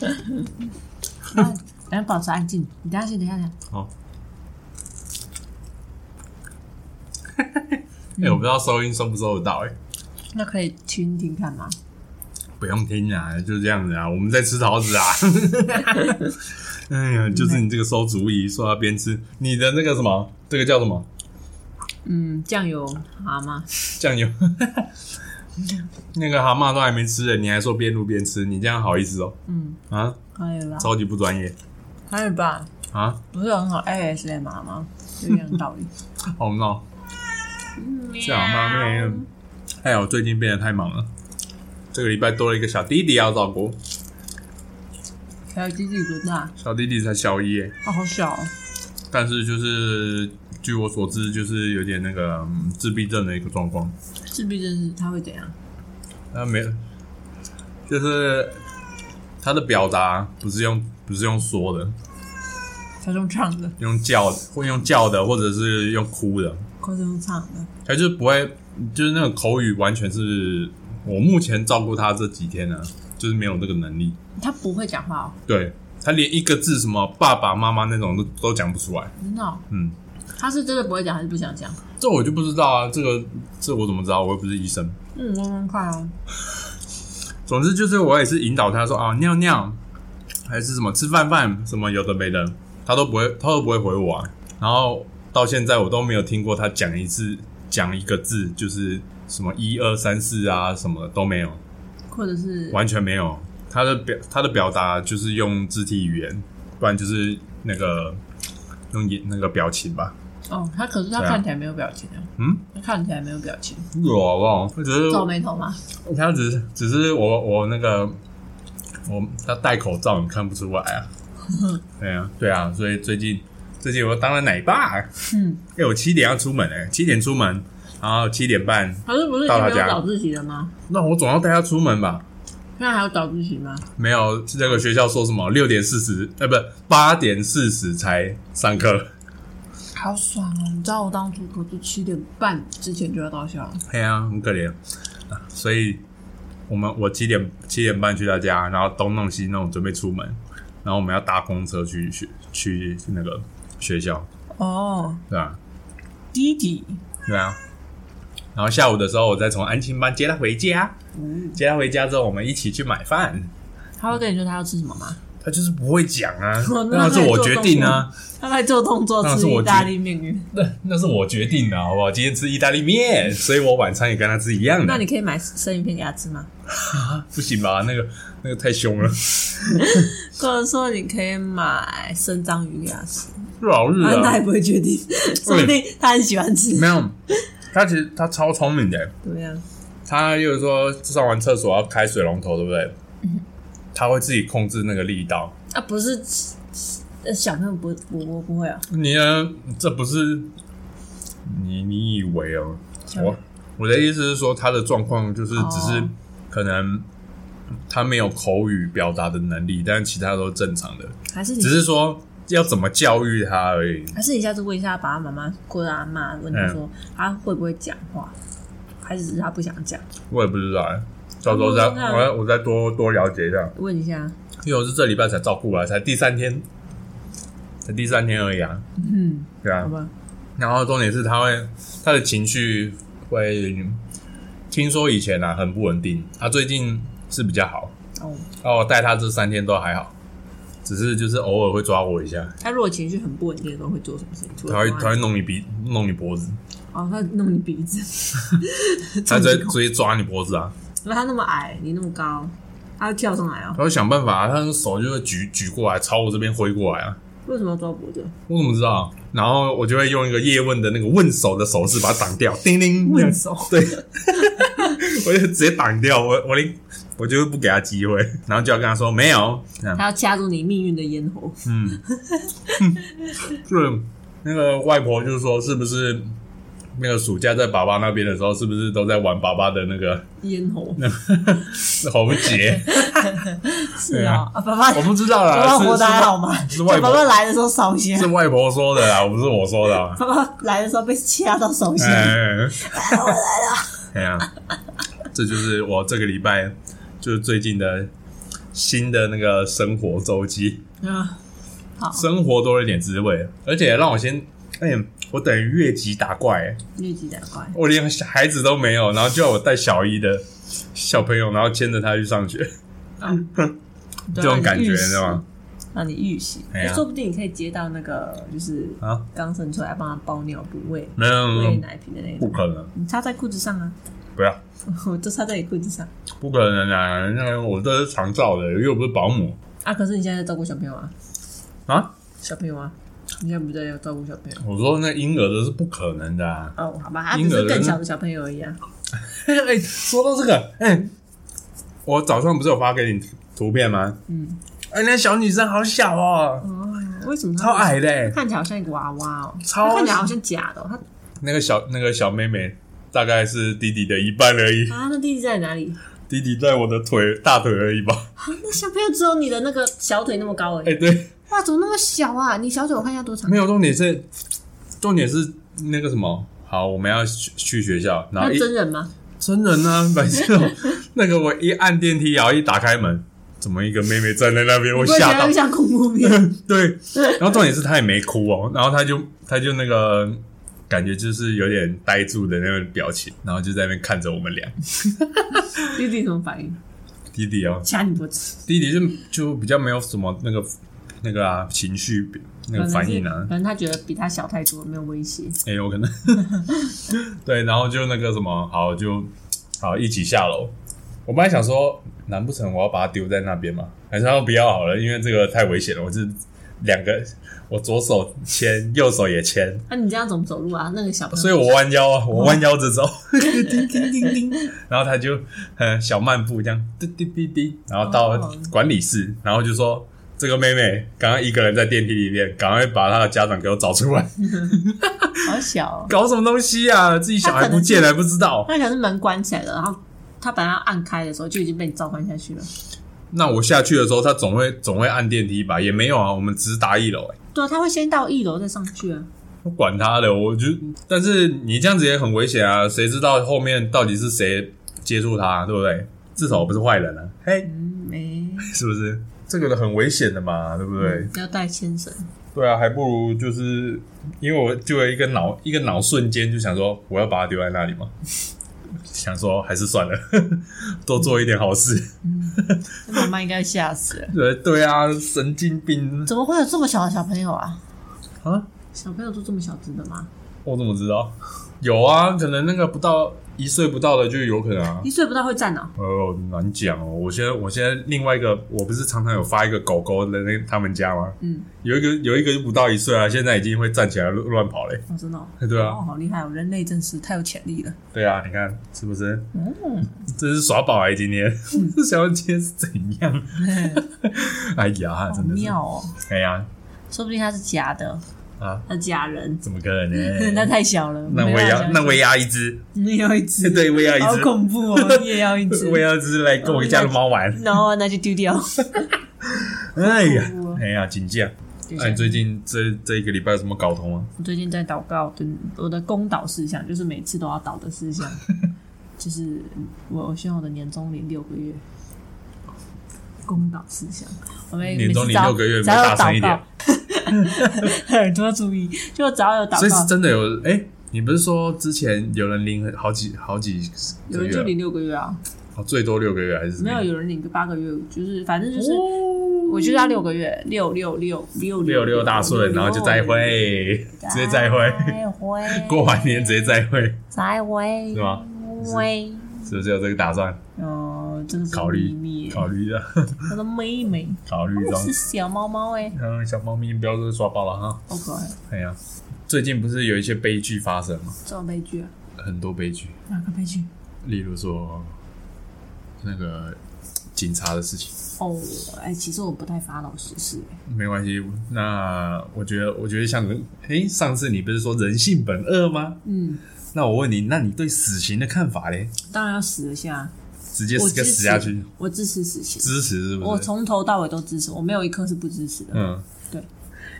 嗯要哦哎保持安静。你等一下先，等一下先。好。 哎、欸，我不知道收音收不收得到、欸，哎，那可以听听看吗？不用听啊，就这样子啊，我们在吃桃子啊。 哎呀，就是你这个馊主意，说要边吃你的那个什么，这个叫什么嗯，酱油蛤蟆，酱油， 那个蛤蟆都还没吃欸你还说边录边吃，你这样好意思哦、嗯，啊，可以吧？超级不专业可以吧？啊！不是很好 ASMR 吗？就一样道 理。好哦闹，小妈妹。哎呀，我最近变得太忙了，这个礼拜多了一个小弟弟要照顾，还有弟弟多大？小弟弟才小一欸啊哦，好小哦。但是就是据我所知，就是有点那个、嗯自闭症的一个状况。自闭症是他会怎样？他没，就是他的表达不是用不是用说的，他用唱的，用叫的，会用叫的，或者是用哭的，或者用唱的。他就是不会，就是那个口语完全是我目前照顾他这几天呢、就是没有这个能力。他不会讲话哦，对他连一个字什么爸爸妈妈那种都都讲不出来，真的哦。嗯，他是真的不会讲，还是不想讲？这我就不知道啊，这个这我怎么知道？我又不是医生。嗯，问问看哦。总之就是我也是引导他说啊尿尿，还是什么吃饭饭什么有的没的，他都不会他都不会回我、啊。然后到现在我都没有听过他讲一次讲一个字，就是什么一二三四啊什么的都没有，或者 是完全没有。他的表他的表达就是用肢体语言，不然就是那个用眼那个表情吧。哦，他可是他对啊看起来没有表情啊，嗯，他看起来没有表情，有好不好？我只是皱眉头吗？他只是只是我我那个我他戴口罩，你看不出来啊。对啊，对啊，所以最近最近我当了奶爸，嗯，哎、我七点要出门哎、七点出门，然后七点半，可是不是已经到他没有家早自习了吗？那我总要带他出门吧？现在还有早自习吗？没有，那个学校说什么六点四十，呃，不八点四十才上课。好爽哦！你知道我当初可是七点半之前就要到校了，哎呀、很可怜啊所以我们我七点七点半去他家，然后东弄西弄，准备出门，然后我们要搭公车去学去那个学校，哦，对吧、弟弟，对啊。然后下午的时候，我再从安亲班接他回家，嗯，接他回家之后，我们一起去买饭。他会跟你说他要吃什么吗？，他就是不会讲啊 哦那那是我决定啊，他在做动作那是吃我嗯意决大利面鱼，那那是我决定的，啊好不好？今天吃意大利面，所以我晚餐也跟他吃一样那的。你可以买生鱼片给他吃吗？不行吧？那个那个太 凶了，或者说你可以买生章鱼给他吃，老日反正他也啊，不会决 定，说不定他很喜欢吃。没有。他其实他超聪明的，怎么样？他又说上完厕所要开水龙头，对不对？他会自己控制那个力道。啊，不是，呃小朋友不不不不会啊，你呢？这不是你你以为哦？小我我的意思是说，他的状况就是哦只是可能他没有口语表达的能力，但其他都正常的，还是你只是说要怎么教育他而已。还是你下次问一下爸爸妈妈或者阿妈，问哎他说他会不会讲话，还是只是他不想讲？我也不知道哎，到时候再哦那我再我再多多了解一下，问一下，因为我是这礼拜才照顾啊，才第三天，才第三天而已啊，嗯，对啊好。吧，然后重点是他会他的情绪会，听说以前啊很不稳定，他、最近是比较好。哦，哦，我带他这三天都还好，只是就是偶尔会抓我一下，他如果情绪很不稳定的时候会做什么事情？除了他会抓你他会弄你鼻弄你脖 子，哦，他弄你鼻子， 他直接重击直接抓你脖子啊，那他那么矮，你那么高，他会跳上来哦？他会想办法、啊，他的手就会举举过来，朝我这边挥过来啊，为什么要抓脖子？我怎么知道？然后我就会用一个叶问的那个问手的手势把它挡掉，叮铃，问手这样对，我就直接挡掉，我我连我就不给他机会，然后就要跟他说没有，这样他要掐住你命运的咽喉，嗯，就是那个外婆就说，是不是那个暑假在爸爸那边的时候，是不是都在玩爸爸的那个 咽喉喉结？ 是对啊啊，啊爸爸，我爸不知道啦， 爸是活是得还好外吗？是外就爸婆爸来的时候烧些是，外婆说的啦，不是我说 的啊。爸爸来的时候被掐到手心，哎，哎呀，这就是我这个礼拜就是最近的新的那个生活周期。啊，好，生活多了一点滋味。而且让我先，哎、我等于越级打怪、哎越级打怪，我连小孩子都没有，然后就要我带小一的小朋友，然后牵着他去上学，嗯这种感啊觉，你知道吗？吗？啊让你预习，哎呀哎说不定你可以接到那个就是啊，刚生出来帮他包尿布喂没有，没有喂没有奶瓶的那不种，可能，你插在裤子上啊， 不要，我就插在你裤子上不可能啊！那我这是常照的，又不是保姆啊。可是你现在在照顾小朋友啊，啊。小朋友啊，你现在不在要照顾小朋友我说那婴儿的是不可能的、啊。 哦，好吧，他只婴儿是的更那小的小朋友而已啊。哎、说到这个，哎、我早上不是有发给你图片吗？嗯，哎、那小女生好小哦，哦，为什么他超？矮的、哎看起来好像一个娃娃哦，超他看起来好像假的、哦。他那个小那个小妹妹大概是弟弟的一半而已，啊，那弟弟在哪里？弟弟在我的腿大腿而已吧。啊，那小朋友只有你的那个小腿那么高而 哎、已。对，哇，怎么那么小啊？你小腿我看一下多长没？有重点是重点是那个什么。好，我们要去去学校，然后那一真人吗？真人 呢、啊，白痴哦、那个我一按电梯，然后一打开门，怎么一个妹妹站在那边？我不会觉吓到得，像恐怖片？ 对，然后重点是他也没哭哦，然后他就他就那个感觉就是有点呆住的那个表情，然后就在那边看着我们俩。弟弟什么反应？弟弟哦，掐你脖子，弟弟就就比较没有什么那个那个啊情绪那个反应哦可啊能是可，能他觉得比他小太多，没有威胁。也有可能。 对，然后就那个什么，好就好一起下楼。我本来想说，难不成我要把它丢在那边吗？还是他说不要好了，因为这个太危险了。我是两个，我左手牵，右手也牵。那、你这样怎么走路啊？那个哦小朋友，所以我弯腰啊，我弯腰着走，叮叮叮叮， 然后他就呃小漫步这样，滴滴滴滴，然后到哦管理室，然后就说这个妹妹刚刚一个人在电梯里面，赶快把她的家长给我找出来， 好小、哦，搞什么东西啊？自己小孩不见了还不知道，那可能是门关起来了，然后他本来要按开的时候就已经被你召唤下去了。那我下去的时候，他总会总会按电梯吧？也没有啊，我们直达一楼、欸，对啊，他会先到一楼再上去啊。我管他的，我就但是你这样子也很危险啊，谁知道后面到底是谁接触他，对不对？至少我不是坏人啊，嘿。嗯，没、是不是？这个很危险的嘛，对不对？要带牵绳。对啊，还不如就是因为我就有一个脑一个脑瞬间就想说，我要把它丢在那里嘛， 想说还是算了， 多做一点好事。 妈妈应该吓死了，对对啊，神经病怎么会有这么小的小朋友啊？啊！小朋友都这么小只的吗？我怎么知道？有啊，可能那个不到一岁不到的就有可能啊。一岁不到会站哦。哦，难讲哦。我现在我现在另外一个，我不是常常有发一个狗狗的那他们家吗？嗯，有一个有一个就不到一岁啊，现在已经会站起来乱乱跑嘞、哦，真的哦。对啊，哦，好厉害哦！人类真是太有潜力了。对啊，你看是不是？嗯，这是耍宝哎、今天 这小姐是怎样？ 哎呀，好真的是，妙哦，哎呀说不定他是假的，啊，那假人？怎么可 能那太小了，那没我也办法要，想那我也要一只， 你要一只，对，我也要好一恐怖哦！你也要一只只，我，也要一只来跟我家的 猫玩。然后那就丢掉。哎呀恐怖哦，哎呀，请假。对哎，你最近这这一个礼拜有什么搞头吗？我最近在祷告的，我的公祷事项就是每次都要祷的事项，就是我我希望我的年终领六个月。公祷事项，我们年终领每次只要六个月只要有大声一祷点告，耳朵注意，就只要有祷所以是告，真的有哎。你不是说之前有人领好几好几有个人就月领六个月啊，啊，哦最多六个月还是什没么有有人领个八个月，就是反正就是哦我就是要六个月，六六六六六六大顺，然后就再，会，直接再会，再会，过完年直接再会，再会，是吗？喂，是不是有这个打算？哦，这个是考虑秘密， 考虑的，我的妹妹 考虑中是。小猫猫哎，嗯，小猫咪不要再刷爆了哈。欸好可爱，哎呀，最近不是有一些悲剧发生吗？这种悲剧啊，很多悲剧，哪个悲剧？例如说那个警察的事情。哦，哎、其实我不太发老实事、哎没关系，那我觉得，我觉得像人，哎，上次你不是说人性本恶吗？嗯，那我问你，那你对死刑的看法嘞？当然要死了下，直接我死支个持死下去，我支持死刑，支持是不是？我从头到尾都支持，我没有一刻是不支持的。嗯，对，哦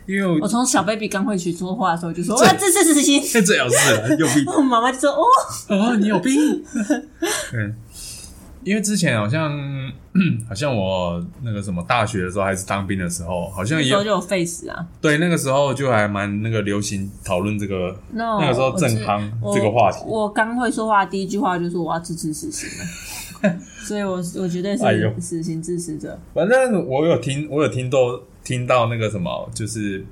因为我我从小 baby 刚会去说话的时候就说我这要支持死刑，这最好是有病 我妈妈就说哦， 啊，你有病。嗯，因为之前好像 好像我那个什么大学的时候还是当兵的时候，好像那也时候就有 face 啊，对那个时候就还蛮那个流行讨论这个那那个时候正夯这个话题我我刚会说话的第一句话就是我要支持死刑了， 所以我我绝对哎呦是死刑支持者。反正我有听，我有听到听到那个什么，就是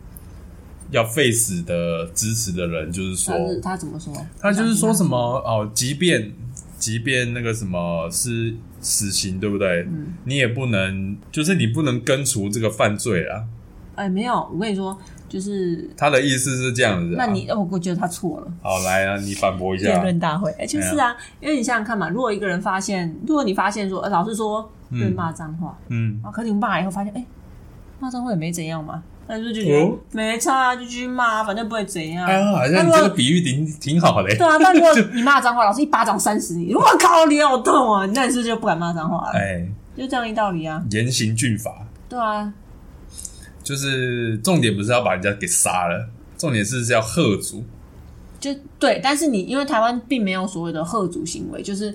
要 face 的支持的人，就是说他是他怎么说？他就是说什么哦，即便即便那个什么是死刑，对不对？嗯你也不能，就是你不能根除这个犯罪啊。哎，没有，我跟你说，就是他的意思是这样子、啊。那你我我觉得他错了。好来啊，你反驳一辩下。论大会，哎，就是啊，因为你想想看嘛，如果一个人发现，如果你发现说，呃、老师说对骂脏话，嗯，啊，可你骂以后发现，哎、骂脏话也没怎样嘛，那就就觉得、哦没差啊，就继续骂啊，反正不会怎样。哎呀，好像你这个比喻挺挺好的、 对啊，但如 果你骂脏话，老师一巴掌扇死你，我靠，你好痛啊！那你是不是就不敢骂脏话了？哎，就这样一道理啊。严刑峻法，对啊，就是重点不是要把人家给杀了，重点是是要喝足。就对，但是你因为台湾并没有所谓的贺主行为，就是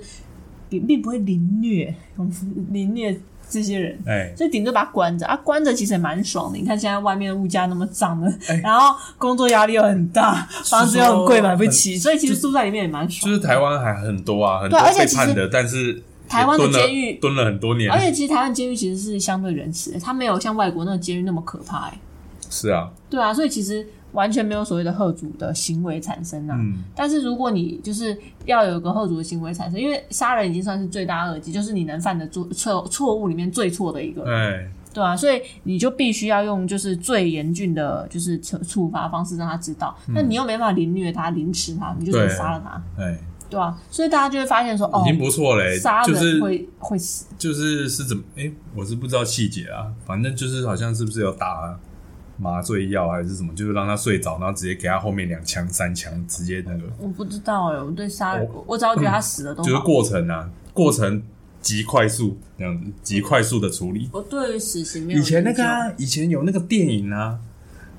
并并不会凌虐，我们凌虐这些人。哎，就顶多把他关着啊，关着其实也蛮爽的。你看现在外面的物价那么涨的，哎然后工作压力又很大，房子又很贵，买不起，所以其实就住在里面也蛮爽就。是台湾还很多啊，很多对而且被其实判的，但是台湾的也蹲了监狱蹲了很多年而。且其实台湾监狱其实是相对仁慈的，它没有像外国那个监狱那么可怕、欸。是啊，对啊，所以其实完全没有所谓的贺主的行为产生啊。嗯，但是如果你就是要有一个后主的行为产生，因为杀人已经算是罪大恶极，就是你能犯的错错错误里面最错的一个，哎，对啊，所以你就必须要用就是最严峻的，就是处处罚方式让他知道。嗯那、你又没法凌虐他、凌迟他，你就只能对杀了他，哎，对啊，所以大家就会发现说，哦已，经不错嘞、杀就人是会、会死，就是是怎么？哎、我是不知道细节啊，反正就是好像是不是有打麻醉药还是什么，就是让他睡着，然后直接给他后面两枪、三枪，直接那个我不知道哎、我对杀人，我只要觉得他死了都就是好。过程啊，过程极快速这样子，极快速的处理。我对于死刑嗯没有以前那个、研究啊，以前有那个电影啊，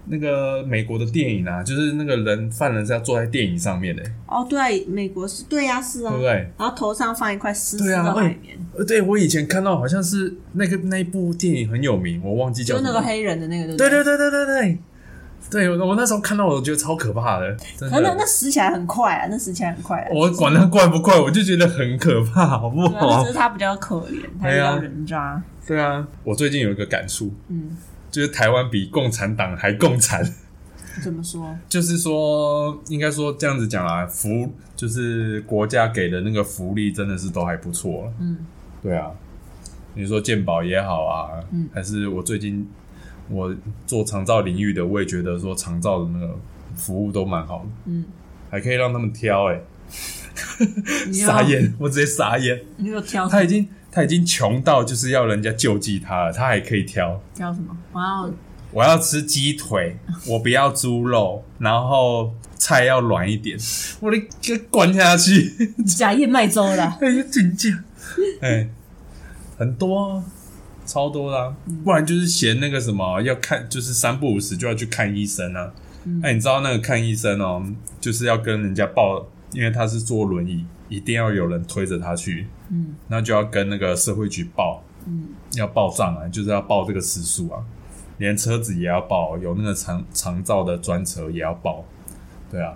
那个美国的电影啊，就是那个人犯人是要坐在电影上面的、哦，对，美国是对呀、是啊，对不对？然后头上放一块湿湿对啊的哎海绵，呃，对我以前看到好像是那个那一部电影很有名，我忘记叫就什那么。个黑人的那个，对不对对对对对对，对我我那时候看到我觉得超可怕的，真可啊能那的。那死起来很快啊，那死起来很快啊。我管他怪不怪，我就觉得很可怕，好不对啊，那好只？是他比较可怜，他比对啊较人渣。对啊，我最近有一个感触，嗯，就是台湾比共产党还共产。怎么说？就是说，应该说这样子讲啦，福就是国家给的那个福利真的是都还不错了。嗯，对啊，你说健保也好啊，嗯还是我最近我做长照领域的，我也觉得说长照的那个服务都蛮好的，嗯，还可以让他们挑、欸，你有傻，眼，我直接傻眼，你有挑他已经他已经穷到就是要人家救济他了，他还可以挑，挑什么？哇哦，我要吃鸡腿，我不要猪肉，然后菜要软一点。我的给管下去，假燕麦粥啦。 哎呀，紧张，哎，很多啊，超多啦、嗯不然就是嫌那个什么要看，就是三不五时就要去看医生啊。嗯哎、你知道那个看医生哦，就是要跟人家报，因为他是坐轮椅，一定要有人推着他去，嗯那就要跟那个社会局报，嗯，要报账啊，就是要报这个时速啊，连车子也要报，有那个长长照的专车也要报，对啊，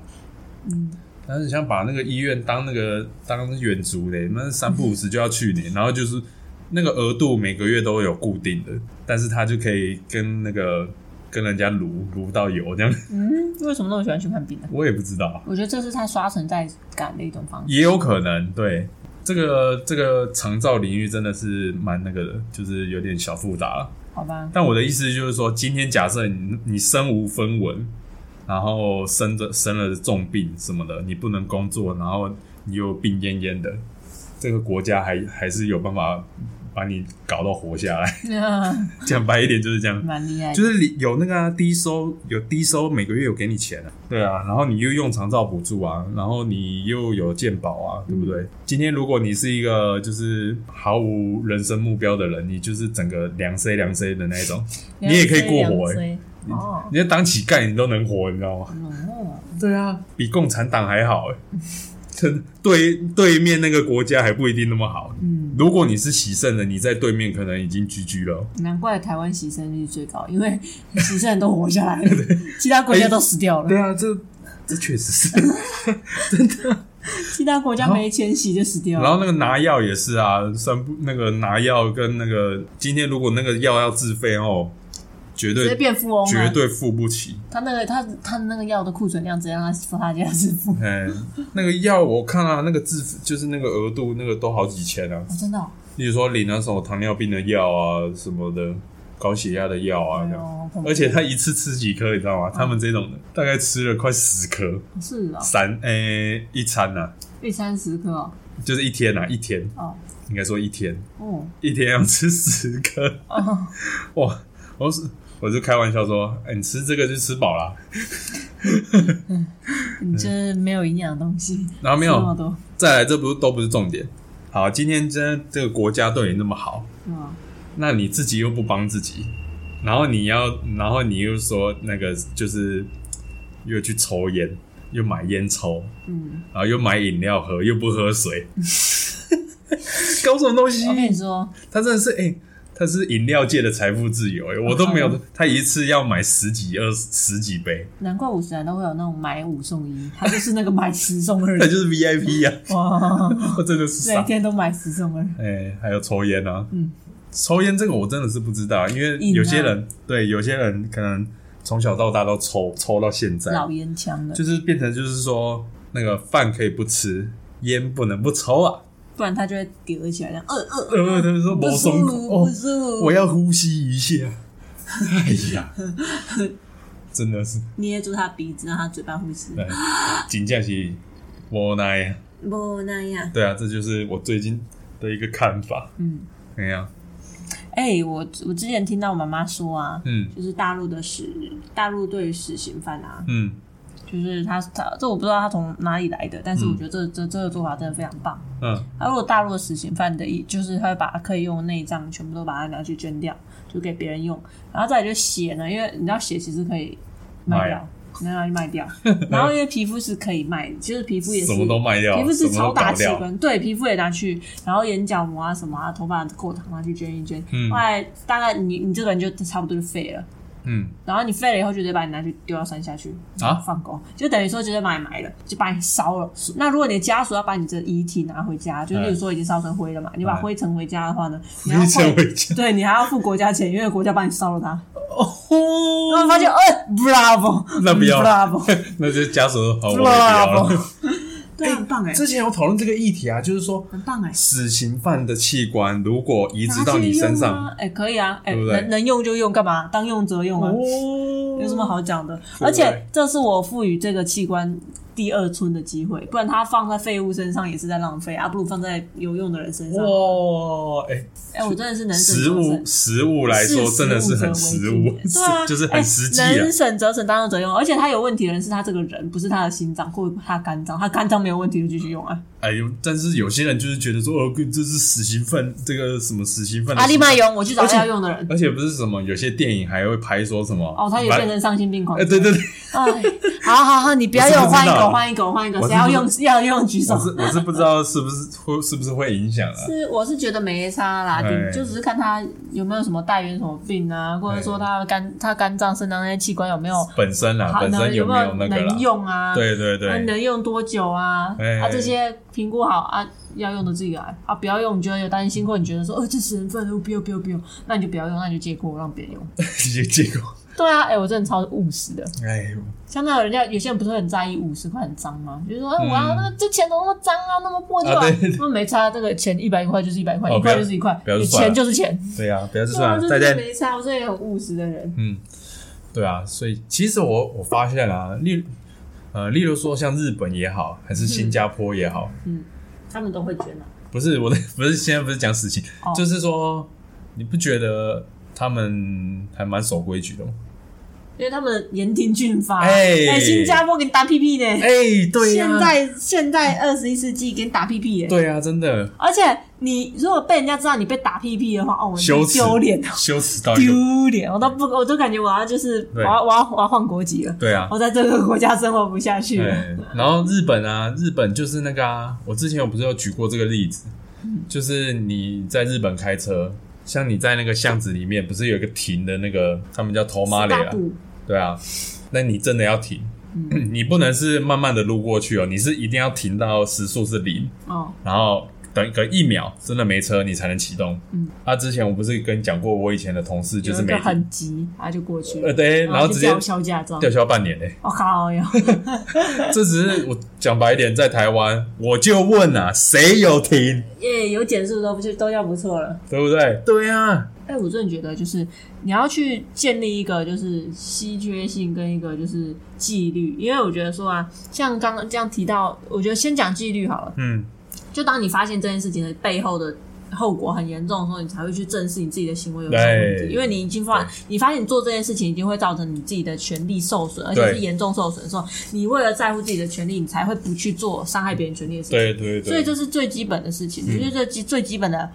嗯，但是想把那个医院当那个当远足嘞，那三不五时就要去嘞，然后就是那个额度每个月都有固定的，但是他就可以跟那个跟人家撸撸到油这样， 嗯，为什么那么喜欢去看病呢？我也不知道，我觉得这是他刷存在感的一种方式。也有可能对。这个这个长照领域真的是蛮那个的，就是有点小复杂了。好吧， 但我的意思就是说，今天假设你你身无分文，然后生着生了重病什么的，你不能工作，然后你又病恹恹的，这个国家还还是有办法把你搞到活下来。讲白一点就是 这样，蛮厉害的。就是你有那个、啊、低收，有低收，每个月有给你钱啊，对啊，然后你又用长照补助啊，然后你又有健保啊，对不对？今天如果你是一个就是毫无人生目标的人，你就是整个凉 C 凉 C 的那一种，你也可以过活、欸，欸。哦，你要当乞丐你都能活，你知道吗？嗯对啊，比共产党还好哎、真的对对面那个国家还不一定那么好。嗯，如果你是喜胜的，你在对面可能已经 GG 了。难怪台湾洗肾率最高，因为洗肾都活下来 了，其他国家都死掉了，对啊，这啊这确实 是。其他国家没钱洗就死掉然了。后那个拿药也是啊，三不那个拿药跟那个今天如果那个药要自费哦，绝直接对变富翁绝了，对付不起。他那个他他的那个药的库存量，只让他 哦说他家是富，哎，那个药我看啊，那个自就是那个额度那个都好几千啊。哦真的哦，例如说领那什么糖尿病的药啊，什么的高血压的药啊，哎这呦样。好恐怖而且他一次吃几颗，你知道吗？他们这种的大概吃了快十颗，是啊，三诶、一餐呐、啊，一餐十颗哦，就是一天呐、啊，一天哦应该说一天，哦一天要吃十颗，哦， 哇！我是我就开玩笑说，哎、你吃这个就吃饱啦。你这没有营养的东西，然后没吃那么有，多，再来这不是都不是重点。好，今天这这个国家对你那么好，是吗？那你自己又不帮自己，然后你要，然后你又说那个就是又去抽烟，又买烟抽，嗯，然后又买饮料喝，又不喝水， 搞什么东西我？跟你说，他真的是哎、他是饮料界的财富自由哎、我都没有，他一次要买十几二十十几杯， 难怪五十岚都会有那种买五送一，他就是那个买十送二 他，就是 VIP 呀、哇，啊，真的是每傻。天都买十送二，哎、还有抽烟啊，嗯，抽烟这个我真的是不知道，因为瘾啊有些人、对有些人可能从小到大都抽，抽到现在，老烟枪了，就是变成就是说那个饭可以不吃，烟不能不抽啊。不然他就会叠起来，这样呃呃，呃，他们说不没舒松服，口不，舒呃我服，要呼吸 一下。哎呀，真的是，捏住他鼻子，让他嘴巴呼吸，对，金价是无奈。啊不那样，对啊，这就是我最近的一个看法。嗯。哎呀，哎、我我之前听到我妈妈说啊，嗯就是大陆的死，大陆对于死刑犯啊，嗯就是他他这我不知道他从哪里来的，但是我觉得这、这这个做法真的非常棒。嗯他、如果大陆的死刑犯的一，就是他会把可以用的内脏全部都把它拿去捐掉，就给别人用，然后再来就血呢，因为你知道血其实可以卖掉，然后就卖掉，然后因为皮肤是可以 卖，就是皮肤也是什么都卖掉，皮肤什是么都超搞大器掉。官，对，皮肤也拿去，然后眼角膜啊什么啊，头发的扣糖啊去捐一捐。嗯后来大概你你这个人就差不多就废了，嗯然后你废了以后就直接把你拿去丢到山下去啊放狗，就等于说直接把你埋了，就把你烧了。那如果你的家属要把你这遗体拿回家，哎就例如说已经烧成灰了嘛，你把嗯灰尘回家的话 呢，你要你成付为这样对你还要付国家钱，因为国家把你烧了 它。然后哦，发现，呃，bravo， 那不要，bravo， 那就家属好，我也不要了 bravo。对，很棒哎，之前有讨论这个议题啊，就是说很棒哎。死刑犯的器官如果移植拿到去你身用上，啊，哎、可以啊，哎、对不对能能用就用，干嘛当用则用啊？哦有什么？好讲的？对而且这是我赋予这个器官第二春的机会，不然它放在废物身上也是在浪费，啊，不如放在有用的啊人身上。哇，哎，哎、我真的是能省食则物省。食物来说真的是很实物，对啊， 就是哎很实际啊能。省则省，当用则用。而且他有问题的人是他这个人，不是他的心脏或他肝脏。他肝脏没有问题就继续用啊。哎呦，但是有些人就是觉得说，哦，这是死刑犯，这个什么死刑犯的阿心利脏麦用，我去找而且要用的人。而且不是什么，有些电影还会拍说什么哦，他也把变成丧心病狂。哎，对对对，哎，好好好，你不要我是用，不知换一道个，换一个，换一个，我是谁要不用要 用举手我。是我是不知道是不是会是不是会影响啊？是，我是觉得没差啦，哎顶就只是看他有没有什么带源什么病啊，或者说他肝、他肝脏、肾脏那些器官有没有本身啦，好啊本能身有没没有那个啦能？用啊？对对啊对，能用多久啊？哎啊，这些评估好啊，要用的自己来啊，不要用，你觉得有担心或你觉得说，呃，这是人份，不要不要不要，那你就不要用，那你就借过让别人用。 结结果，对啊，哎、我真的超务实的。哎呦，像那人家有些人不是很在意五十块很脏吗？就是说，哎、我要嗯那个这钱怎么那么脏啊，那么破旧啊啊对对，他们没差，这个钱一百块就是一百块，哦一不要块就是一块，不要就你算了钱就是钱。对呀，不要就对啊这算了，就再是见。没差，我是一个很务实的人。嗯，对啊，所以其实我我发现啊，例呃，例如说像日本也好，还是新加坡也好，嗯他们都会捐的、不是我的， 不是现在不是讲死刑，哦就是说你不觉得他们还蛮守规矩的吗？因为他们眼底菌发，哎新加坡给你打屁屁呢，哎、对呀、现在现在二十一世纪给你打屁屁耶，对呀、啊真的而且你如果被人家知道你被打屁屁的话，哦，我羞耻丢脸哦，羞耻到一个丢脸，我都不，我都感觉我要就是我对要我要我要换国籍了，对哎啊，我在这个国家生活不下去了。对，然后日本啊，日本就是那个啊，我之前有不是有举过这个例子，就是你在日本开车，像你在那个巷子里面，不是有一个停的那个，他们叫头马雷大啊，补对啊，那你真的要停，嗯你不能是慢慢的路过去哦，你是一定要停到时速是零，哦，然后等个一秒，真的没车你才能启动。嗯，啊，之前我不是跟你讲过，我以前的同事就是有一没个停，很急，他就过去了呃，，对，然后就直接吊销驾照哦吊。销半年嘞、欸我靠 呀！ 这只是我讲白一点，在台湾我就问啊，谁有停，耶，有减速都不是都要不错了。对不对？对啊，哎，我真的觉得就是你要去建立一个就是稀缺性跟一个就是纪律，因为我觉得说啊，像刚刚这样提到，我觉得先讲纪律好了。嗯，就当你发现这件事情的背后的后果很严重的时候，你才会去正视你自己的行为有什么问对题。因为你已经发对，你发现你做这件事情已经会造成你自己的权利受损，而且对是严重受损的时候，你为了在乎自己的权利，你才会不去做伤害别人权利的事情。对对对。嗯所以这是最基本的事情，我觉得这基最基本的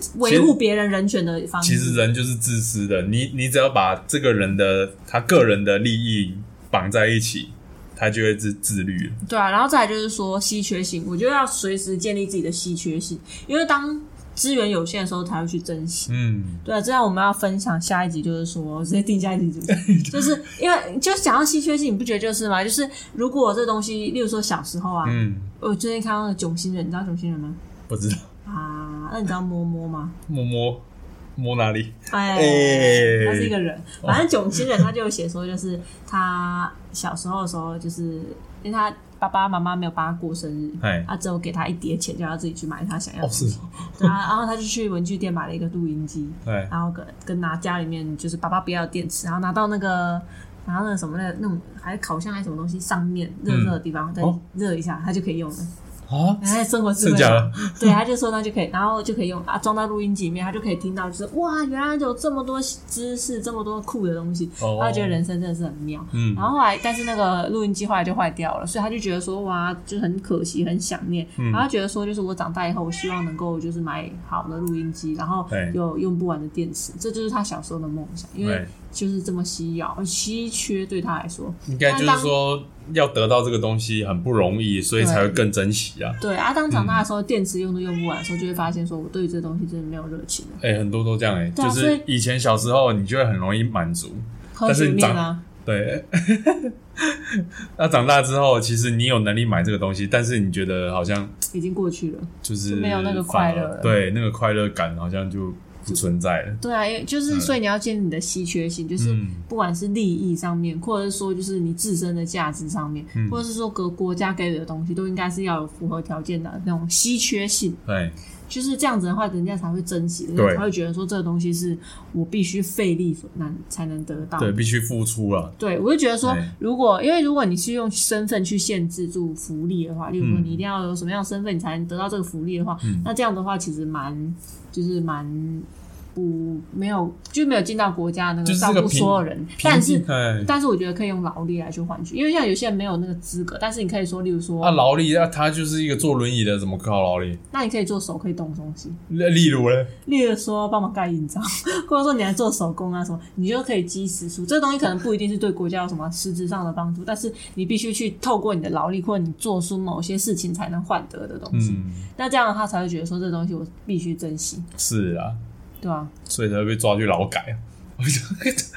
其维实护别人人权的方式。其实人就是自私的，你你只要把这个人的他个人的利益绑在一起，他就会自自律了。对啊，然后再来就是说稀缺性，我觉得要随时建立自己的稀缺性，因为当资源有限的时候才会去珍惜。嗯，对啊，这样我们要分享下一集，就是说我直接定下一集主题，就是因为就讲到稀缺性，你不觉得就是吗？就是如果这东西，例如说小时候啊，嗯，我最近看到那个囧星人，你知道囧星人吗？不知道啊，那你知道摸摸吗？摸摸摸哪里？哎，哎他是一个人，反正囧星人他就有写说，就是他小时候的时候，就是因为他爸爸妈妈没有帮他过生日，哎，他只有给他一叠钱，叫他自己去买他想要的哦东是西。，对啊，然后他就去文具店买了一个录音机，哎，然后跟跟拿家里面就是爸爸不要的电池，然后拿到那个拿到那个什么那那种还是烤箱还是什么东西上面热热的地方、哦再热一下，它就可以用了。啊，哎，生活智真慧假的嘛，对，他就说那就可以，然后就可以用啊装到录音机里面，他就可以听到就是哇，原来有这么多知识，这么多酷的东西，哦他就觉得人生真的是很妙。嗯然后后来，但是那个录音机后来就坏掉了，所以他就觉得说哇，就很可惜，很想念。嗯然后他觉得说，就是我长大以后，我希望能够就是买好的录音机，然后对有用不完的电池，这就是他小时候的梦想，因为对就是这么稀有、稀缺，对他来说。应该就是说要得到这个东西很不容易，所以才会更珍惜啊。对啊，当长大的时候，电池用都用不完的时候，就会发现说我对这东西真的没有热情了。哎、很多都这样哎、对啊就所是以以前小时候你就会很容易满足，科学面啊，对。 那长大之后，其实你有能力买这个东西，但是你觉得好像已经过去了。就是就没有那个反快而乐了对，那个快乐感好像就不存在了。对啊，因为就是所以你要建立你的稀缺性，就是嗯不管是利益上面，或者是说就是你自身的价值上面，嗯或者是说各国家给予的东西，都应该是要有符合条件的那种稀缺性。对，就是这样子的话，人家才会珍惜，人对家才会觉得说这个东西是我必须费力所难才能得到。对，必须付出啊。对，我就觉得说哎，如果因为如果你是用身份去限制住福利的话，例如说嗯你一定要有什么样的身份，你才能得到这个福利的话，那这样的话其实蛮就是蛮不没有就没有尽到国家的那就个是这照个顾平所有人，但是。哎，但是我觉得可以用劳力来去换取，因为像有些人没有那个资格，但是你可以说，例如说，那啊劳力，那他就是一个坐轮椅的，怎么靠劳力？那你可以做手可以动的东西，例例如呢？例如说帮忙盖印章， 或者说你来做手工啊什么，你就可以积时数。这个东西可能不一定是对国家有什么实质上的帮助，但是你必须去透过你的劳力或者你做出某些事情才能换得的东西。嗯，那这样的话才会觉得说这东西我必须珍惜，是啊，对 啊，所以才会被抓去劳改啊。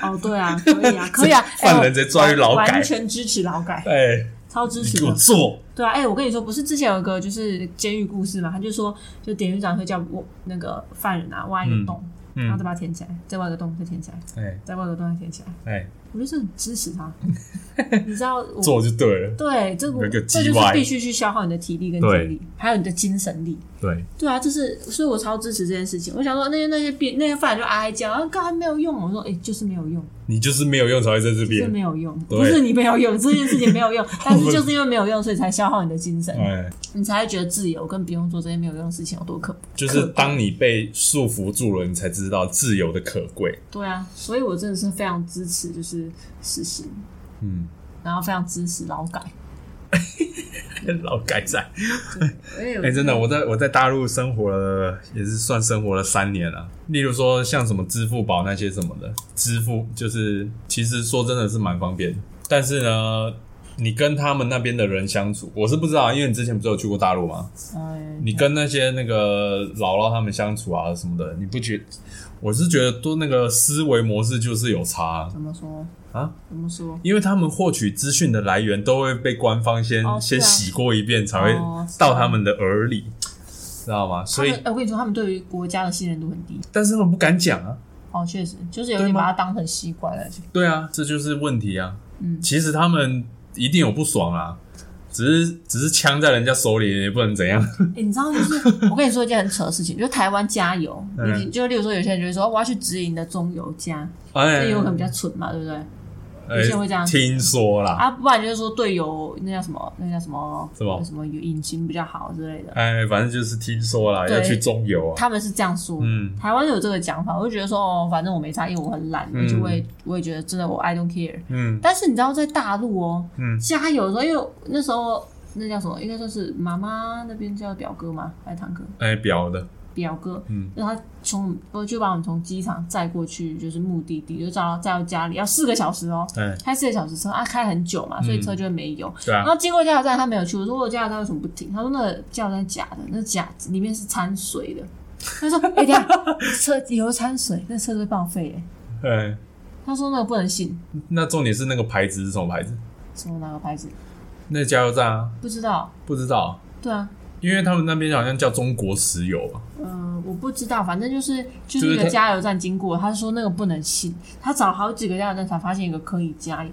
哦，对啊，可以啊，可以啊，哎犯人直接抓去劳改我完全支持劳改，哎，超支你持给我的。做，对啊，哎、我跟你说，不是之前有一个就是监狱故事嘛，他就说，就典狱长会叫我那个犯人啊挖一个洞，然后嗯再，把它填起来，再挖一个洞再填起来，哎再挖一个洞再填起来。哎， 我就是很支持他，你知道我做就对了。对这个有一个这就 GY 是必须去消耗你的体力跟对精力，还有你的精神力。对，对啊，就是所以我超支持这件事情。我想说那些那些病那些犯人就哀叫，啊，干没有用。我说哎、就是没有用，你就是没有用才会在这就是边。没有用，对不是你没有用，这件事情没有 用，但是就是因为没有用，所以才消耗你的精神，哎，你才会觉得自由，跟不用做这些没有用的事情有多可怕。就是当你被束缚住了，你才知道自由的可贵。 对啊，所以我真的是非常支持，就是实行，嗯，然后非常支持劳改。老改在。嗯我也有哎、真的，我在我在大陆生活了，也是算生活了三年了、例如说像什么支付宝那些什么的，支付就是其实说真的是蛮方便的，但是呢，你跟他们那边的人相处，我是不知道，因为你之前不是有去过大陆吗？哎你跟那些那个姥姥他们相处啊什么的，你不觉？我是觉得多那个思维模式就是有差怎么说啊，怎么说？因为他们获取资讯的来源都会被官方先、哦是先啊洗过一遍，才会哦是啊到他们的耳里，知道吗？所以他，们哎我跟你说，他们对于国家的信任度很低。但是他们不敢讲啊。哦，确实，就是有对点吗把它当成习惯了。对啊，这就是问题啊。嗯其实他们一定有不爽啊，只是只是枪在人家手里也不能怎样。 欸你知道，就是我跟你说一件很扯的事情，就是台湾加油，嗯你就例如说，有些人就会说我要去直营的中油加，因哎为，有可能比较蠢嘛，对不对？哎有些人会这样听说啦，啊，不然就是说对油那叫什么，那叫什么什么什么引擎比较好之类的，哎，反正就是听说啦，对要去中游啊。他们是这样说。嗯台湾有这个讲法，我就觉得说哦，反正我没差，因为我很懒，嗯而且我也我也觉得真的我 I don't care。嗯但是你知道在大陆哦，嗯加油的时候，因为那时候那叫什么，应该说是妈妈那边叫表哥嘛，还是堂哥？哎，表的，表哥，嗯，然后他从我就把我们从机场载过去，就是目的地，就载到载到家里，要四个小时哦，哎，开四个小时车啊，开很久嘛，所以车就会没油。对啊然，后经过加油站，他没有去，我说我加油站为什么不停？他说那个加油站假的，那假里面是掺水的。他说：“哎、欸，等一下车油掺水，那车子会报废。”哎，哎，他说那个不能信，那重点是那个牌子是什么牌子？什么哪个牌子那加油站啊，不知道？不知道，对啊，因为他们那边好像叫中国石油吧？嗯，我不知道，反正就是就就是是一他个加油站经过，他说那个不能信，他找好几个加油站才发现一个可以加油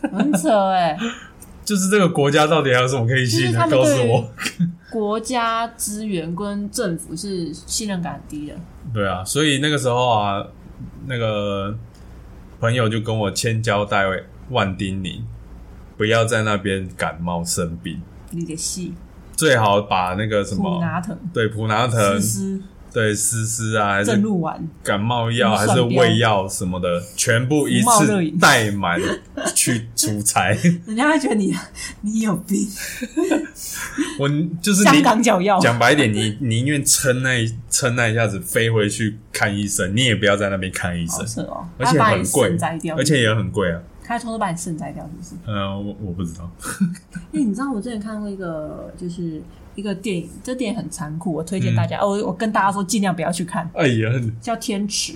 的，很扯哎、 就是这个国家到底还有什么可以就信是的他？们告诉对我。于 国家资源跟政府是信任感低的，对啊，所以那个时候啊，那个朋友就跟我千交代万叮咛，不要在那边感冒生病，你的戏最好把那个什普么拿疼、对普拿疼思、思、对丝丝啊，还正是露丸，感冒药还是蒜标胃药什么的，全部一福茂乐次饮带满去出差。 人家会觉得你你有病，我就是香你港脚药。讲白一点，你你宁愿撑那一撑那一下子飞回去看医生，你也不要在那边看医好生，扯哦，而且他把你很贵肾摘，掉，而且也很贵啊。他偷偷把你肾摘掉，是不是？呃，我我不知道。因为你知道我之前看过一个，就是一个电影，这电影很残酷，我推荐大嗯家、哦，我我跟大家说尽量不要去看，哎呀，叫《天池》。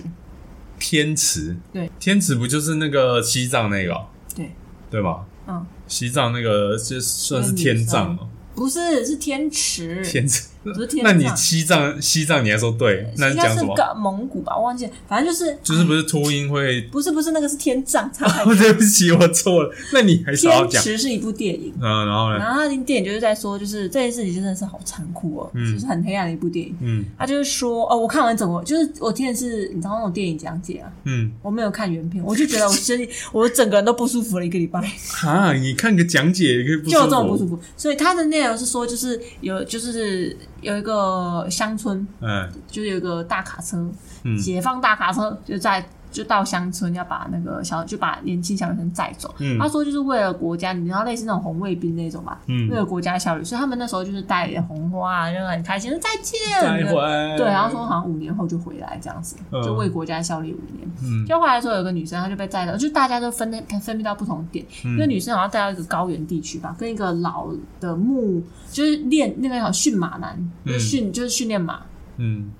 天池，对，天池不就是那个西藏那个哦、对，对吧？嗯，西藏那个就算是天葬哦，不是是天池，天池。不是天那葬你西藏西藏你还说对，那应你该讲是什么？个蒙古吧，我忘记了，反正就是哎就是不是秃鹰会？不是不是那个是天葬， 差太哦，对不起，我错了。那你还少要哎天讲。池是一部电影。嗯，然后呢？然后他的电影就是在说，就是这件事情真的是好残酷哦，嗯就是很黑暗的一部电影。嗯他就是说，哦，我看完整个，就是我听的是你知道那种电影讲解啊，嗯，我没有看原片，我就觉得我身体我整个人都不舒服了一个礼 拜。哈，你看个讲解也可以不就有舒这种不舒服。服。所以它的内容是说，就是有就是有一个乡村，嗯就是有一个大卡车，嗯解放大卡车就在。就到乡村要把那个小就把年轻小女生载走，嗯他说就是为了国家，你知道类似那种红卫兵那种吧，为嗯，了国家效力，所以他们那时候就是带点红花啊，就很开心，说再见，再会。对，然后说好像五年后就回来这样子，就为国家效力五年。嗯就后来的时候，有个女生她就被带到，就大家都分分配到不同点。嗯那个女生好像带到一个高原地区吧，跟一个老的牧，就是练那个叫驯马男，就是训就是训练马。嗯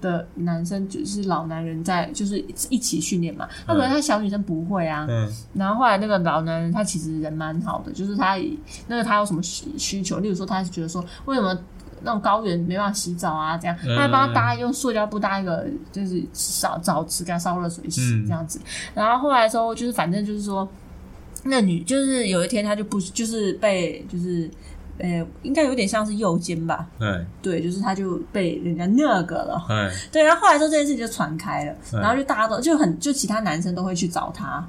的男生就是老男人在就是一起训练嘛，那可能他小女生不会啊，嗯然后后来那个老男人他其实人蛮好的，就是他那个他有什么需需求，例如说他觉得说为什么那种高原没办法洗澡啊，这样，嗯他还帮他搭用塑胶布搭一个就是澡澡池给他烧热水洗嗯这样子。然后后来的时候就是反正就是说。那女就是有一天她就不就是被就是呃，应该有点像是诱奸吧，哎对，就是她就被人家那个了。哎对，然后后来之后这件事情就传开了，嗯然后就大家都就很就其他男生都会去找她，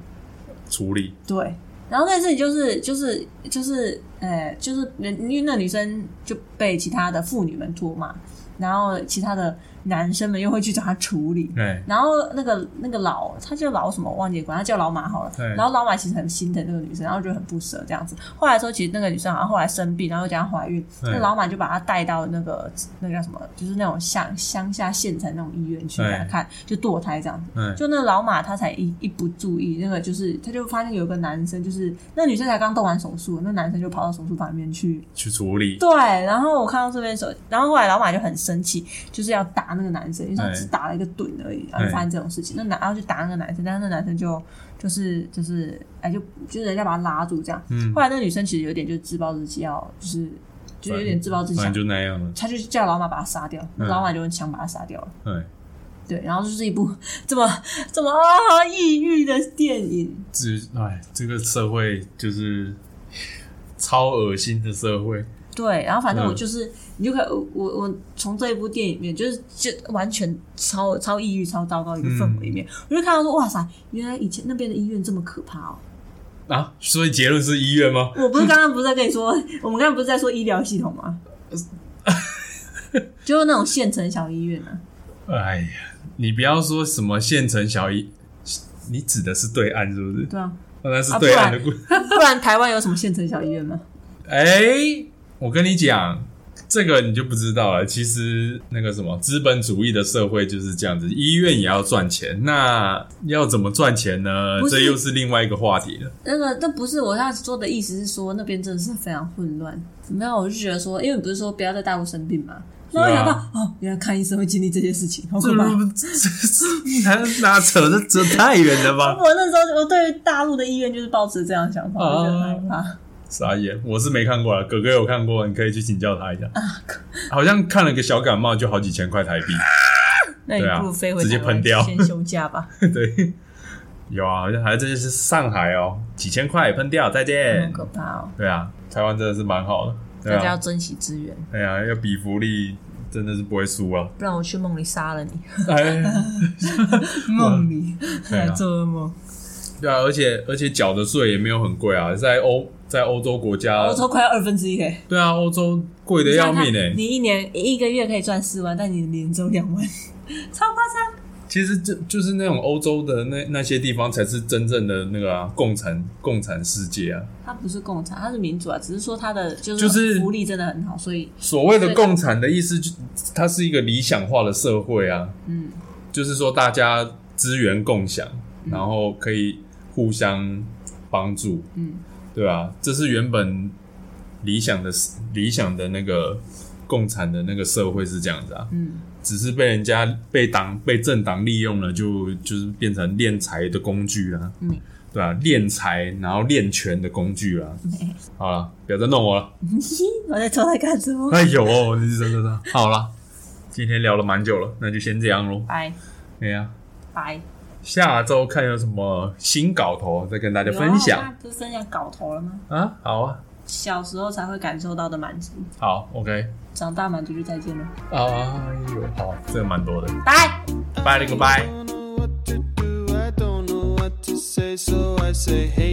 处理，对。然后这件事情就是就是就是呃就是人，因为那女生就被其他的妇女们拖嘛，然后其他的男生们又会去找她处理，哎然后那个那个老，他叫老什么，我忘记了管他叫老马好了对。然后老马其实很心疼那个女生，然后就很不舍这样子。后来说，其实那个女生好像后来生病，然后又加上怀孕，对那老马就把她带到那个那个叫什么，就是那种乡乡下县城那种医院去对给她看，就堕胎这样子。哎就那个老马他才一一不注意，那个就是他就发现有个男生，就是那女生才刚动完手术，那男生就跑到手术房里面去去处理，对，然后我看到这边的时候，然后后来老马就很生气，就是要打那个男生，因为他哎只打了一个盹而已，然后就发生这种事情。那男然后就打那个男生，但是那男生就就是就是哎，就就是人家把他拉住这样。嗯后，来那女生其实有点就是自暴自弃，要就是就有点自暴自反弃啊正，就那样了，他就叫老马把他杀掉，嗯老马就用枪把他杀掉了。哎，对，然后就是一部这么这么啊抑郁的电影。这哎这个社会就是超恶心的社会，对，然后反正我嗯就是，你就可以，我我我从这一部电影里面，就是就完全超超抑郁、超糟糕的一个氛围里面，我就看到说，哇塞，原来以前那边的医院这么可怕哦！啊，所以结论是医院吗？我不是刚刚不是在跟你说， 我们刚刚不是在说医疗系统吗？就是那种县城小医院啊，哎呀，你不要说什么县城小医，你指的是对岸是不是？对啊，那是啊对不岸然的故。不然台湾有什么县城小医院吗？哎、我跟你讲，这个你就不知道了。其实那个什么资本主义的社会就是这样子，医院也要赚钱。那要怎么赚钱呢不？是这又是另外一个话题了。那个，但不是我要说的意思是说，那边真的是非常混乱。没有，我就觉得说，因为你不是说不要在大陆生病嘛，然啊后我想到、哦，原来看医生会经历这些事情，好这可怕。哪哪扯这扯太远了吧？我那时候我对于大陆的医院就是抱持这样的想法，哦我觉得很害怕。傻眼，我是没看过啊了，哥哥有看过，你可以去请教他一下。啊可好像看了个小感冒就好几千块台币。 那你对啊不如飞回直接台湾喷掉先休假 吧。对，有啊，好像还这就是上海哦，几千块喷掉，再见很。可怕哦，对啊，台湾真的是蛮好的，啊对大家要啊，珍惜资源，哎呀、要比福利真的是不会 输啊。不然我去梦里杀了你。哎，梦里对 啊在做噩梦，对啊，而且而且缴的税也没有很贵啊，在欧在欧洲国家欧，洲快要二分之一嘞，对啊，欧洲贵的要你命哎、想想看你一年一个月可以赚四万，但你的年只有两万，超夸张。其实这就是那种欧洲的那那些地方才是真正的那个啊，共产共产世界啊。它不是共产，它是民主啊，只是说它的就是就是福利真的很好，所以所谓的对共产的意思，就它是一个理想化的社会啊。嗯，就是说大家资源共享，然后可以互相帮助，嗯，对啊，这是原本理想的理想的那个共产的那个社会是这样子啊，嗯，只是被人家被党被政党利用了，就就是变成敛财的工具啦、嗯，对啊，敛财然后敛权的工具啦、好了，不要再弄我了。我在抽在干什么？哎呦，你是真的是好了，今天聊了蛮久了，那就先这样喽。拜哎呀、拜，下周看有什么新搞头再跟大家有啊分我刚享刚不是分享搞头了吗？啊。好啊，小时候才会感受到的满足，好，OK，长大满足就再见了，啊，有哎好，这个蛮多的，拜。拜了个拜。 don't know what to do, I don't know what to say, so I say hey.